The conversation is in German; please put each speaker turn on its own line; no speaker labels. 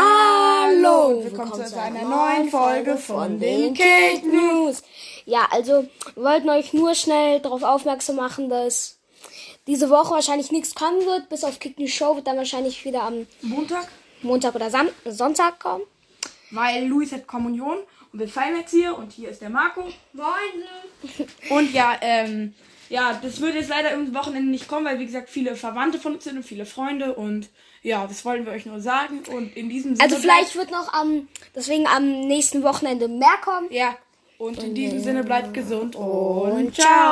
Hallo und willkommen zu einer neuen Folge von den Kid News.
Ja, also wir wollten euch nur schnell darauf aufmerksam machen, dass diese Woche wahrscheinlich nichts kommen wird, bis auf Kick News Show wird dann wahrscheinlich wieder am
Montag,
Montag oder Sam Sonntag kommen.
weil Luis hat Kommunion und wir feiern jetzt hier und hier ist der Marco. Moin. Und ja, ähm, ja, das würde jetzt leider im Wochenende nicht kommen, weil wie gesagt viele Verwandte von uns sind und viele Freunde und ja, das wollten wir euch nur sagen und in diesem Sinne.
Also vielleicht wird noch am, deswegen am nächsten Wochenende mehr kommen.
Ja. Und in diesem Sinne bleibt gesund und ciao.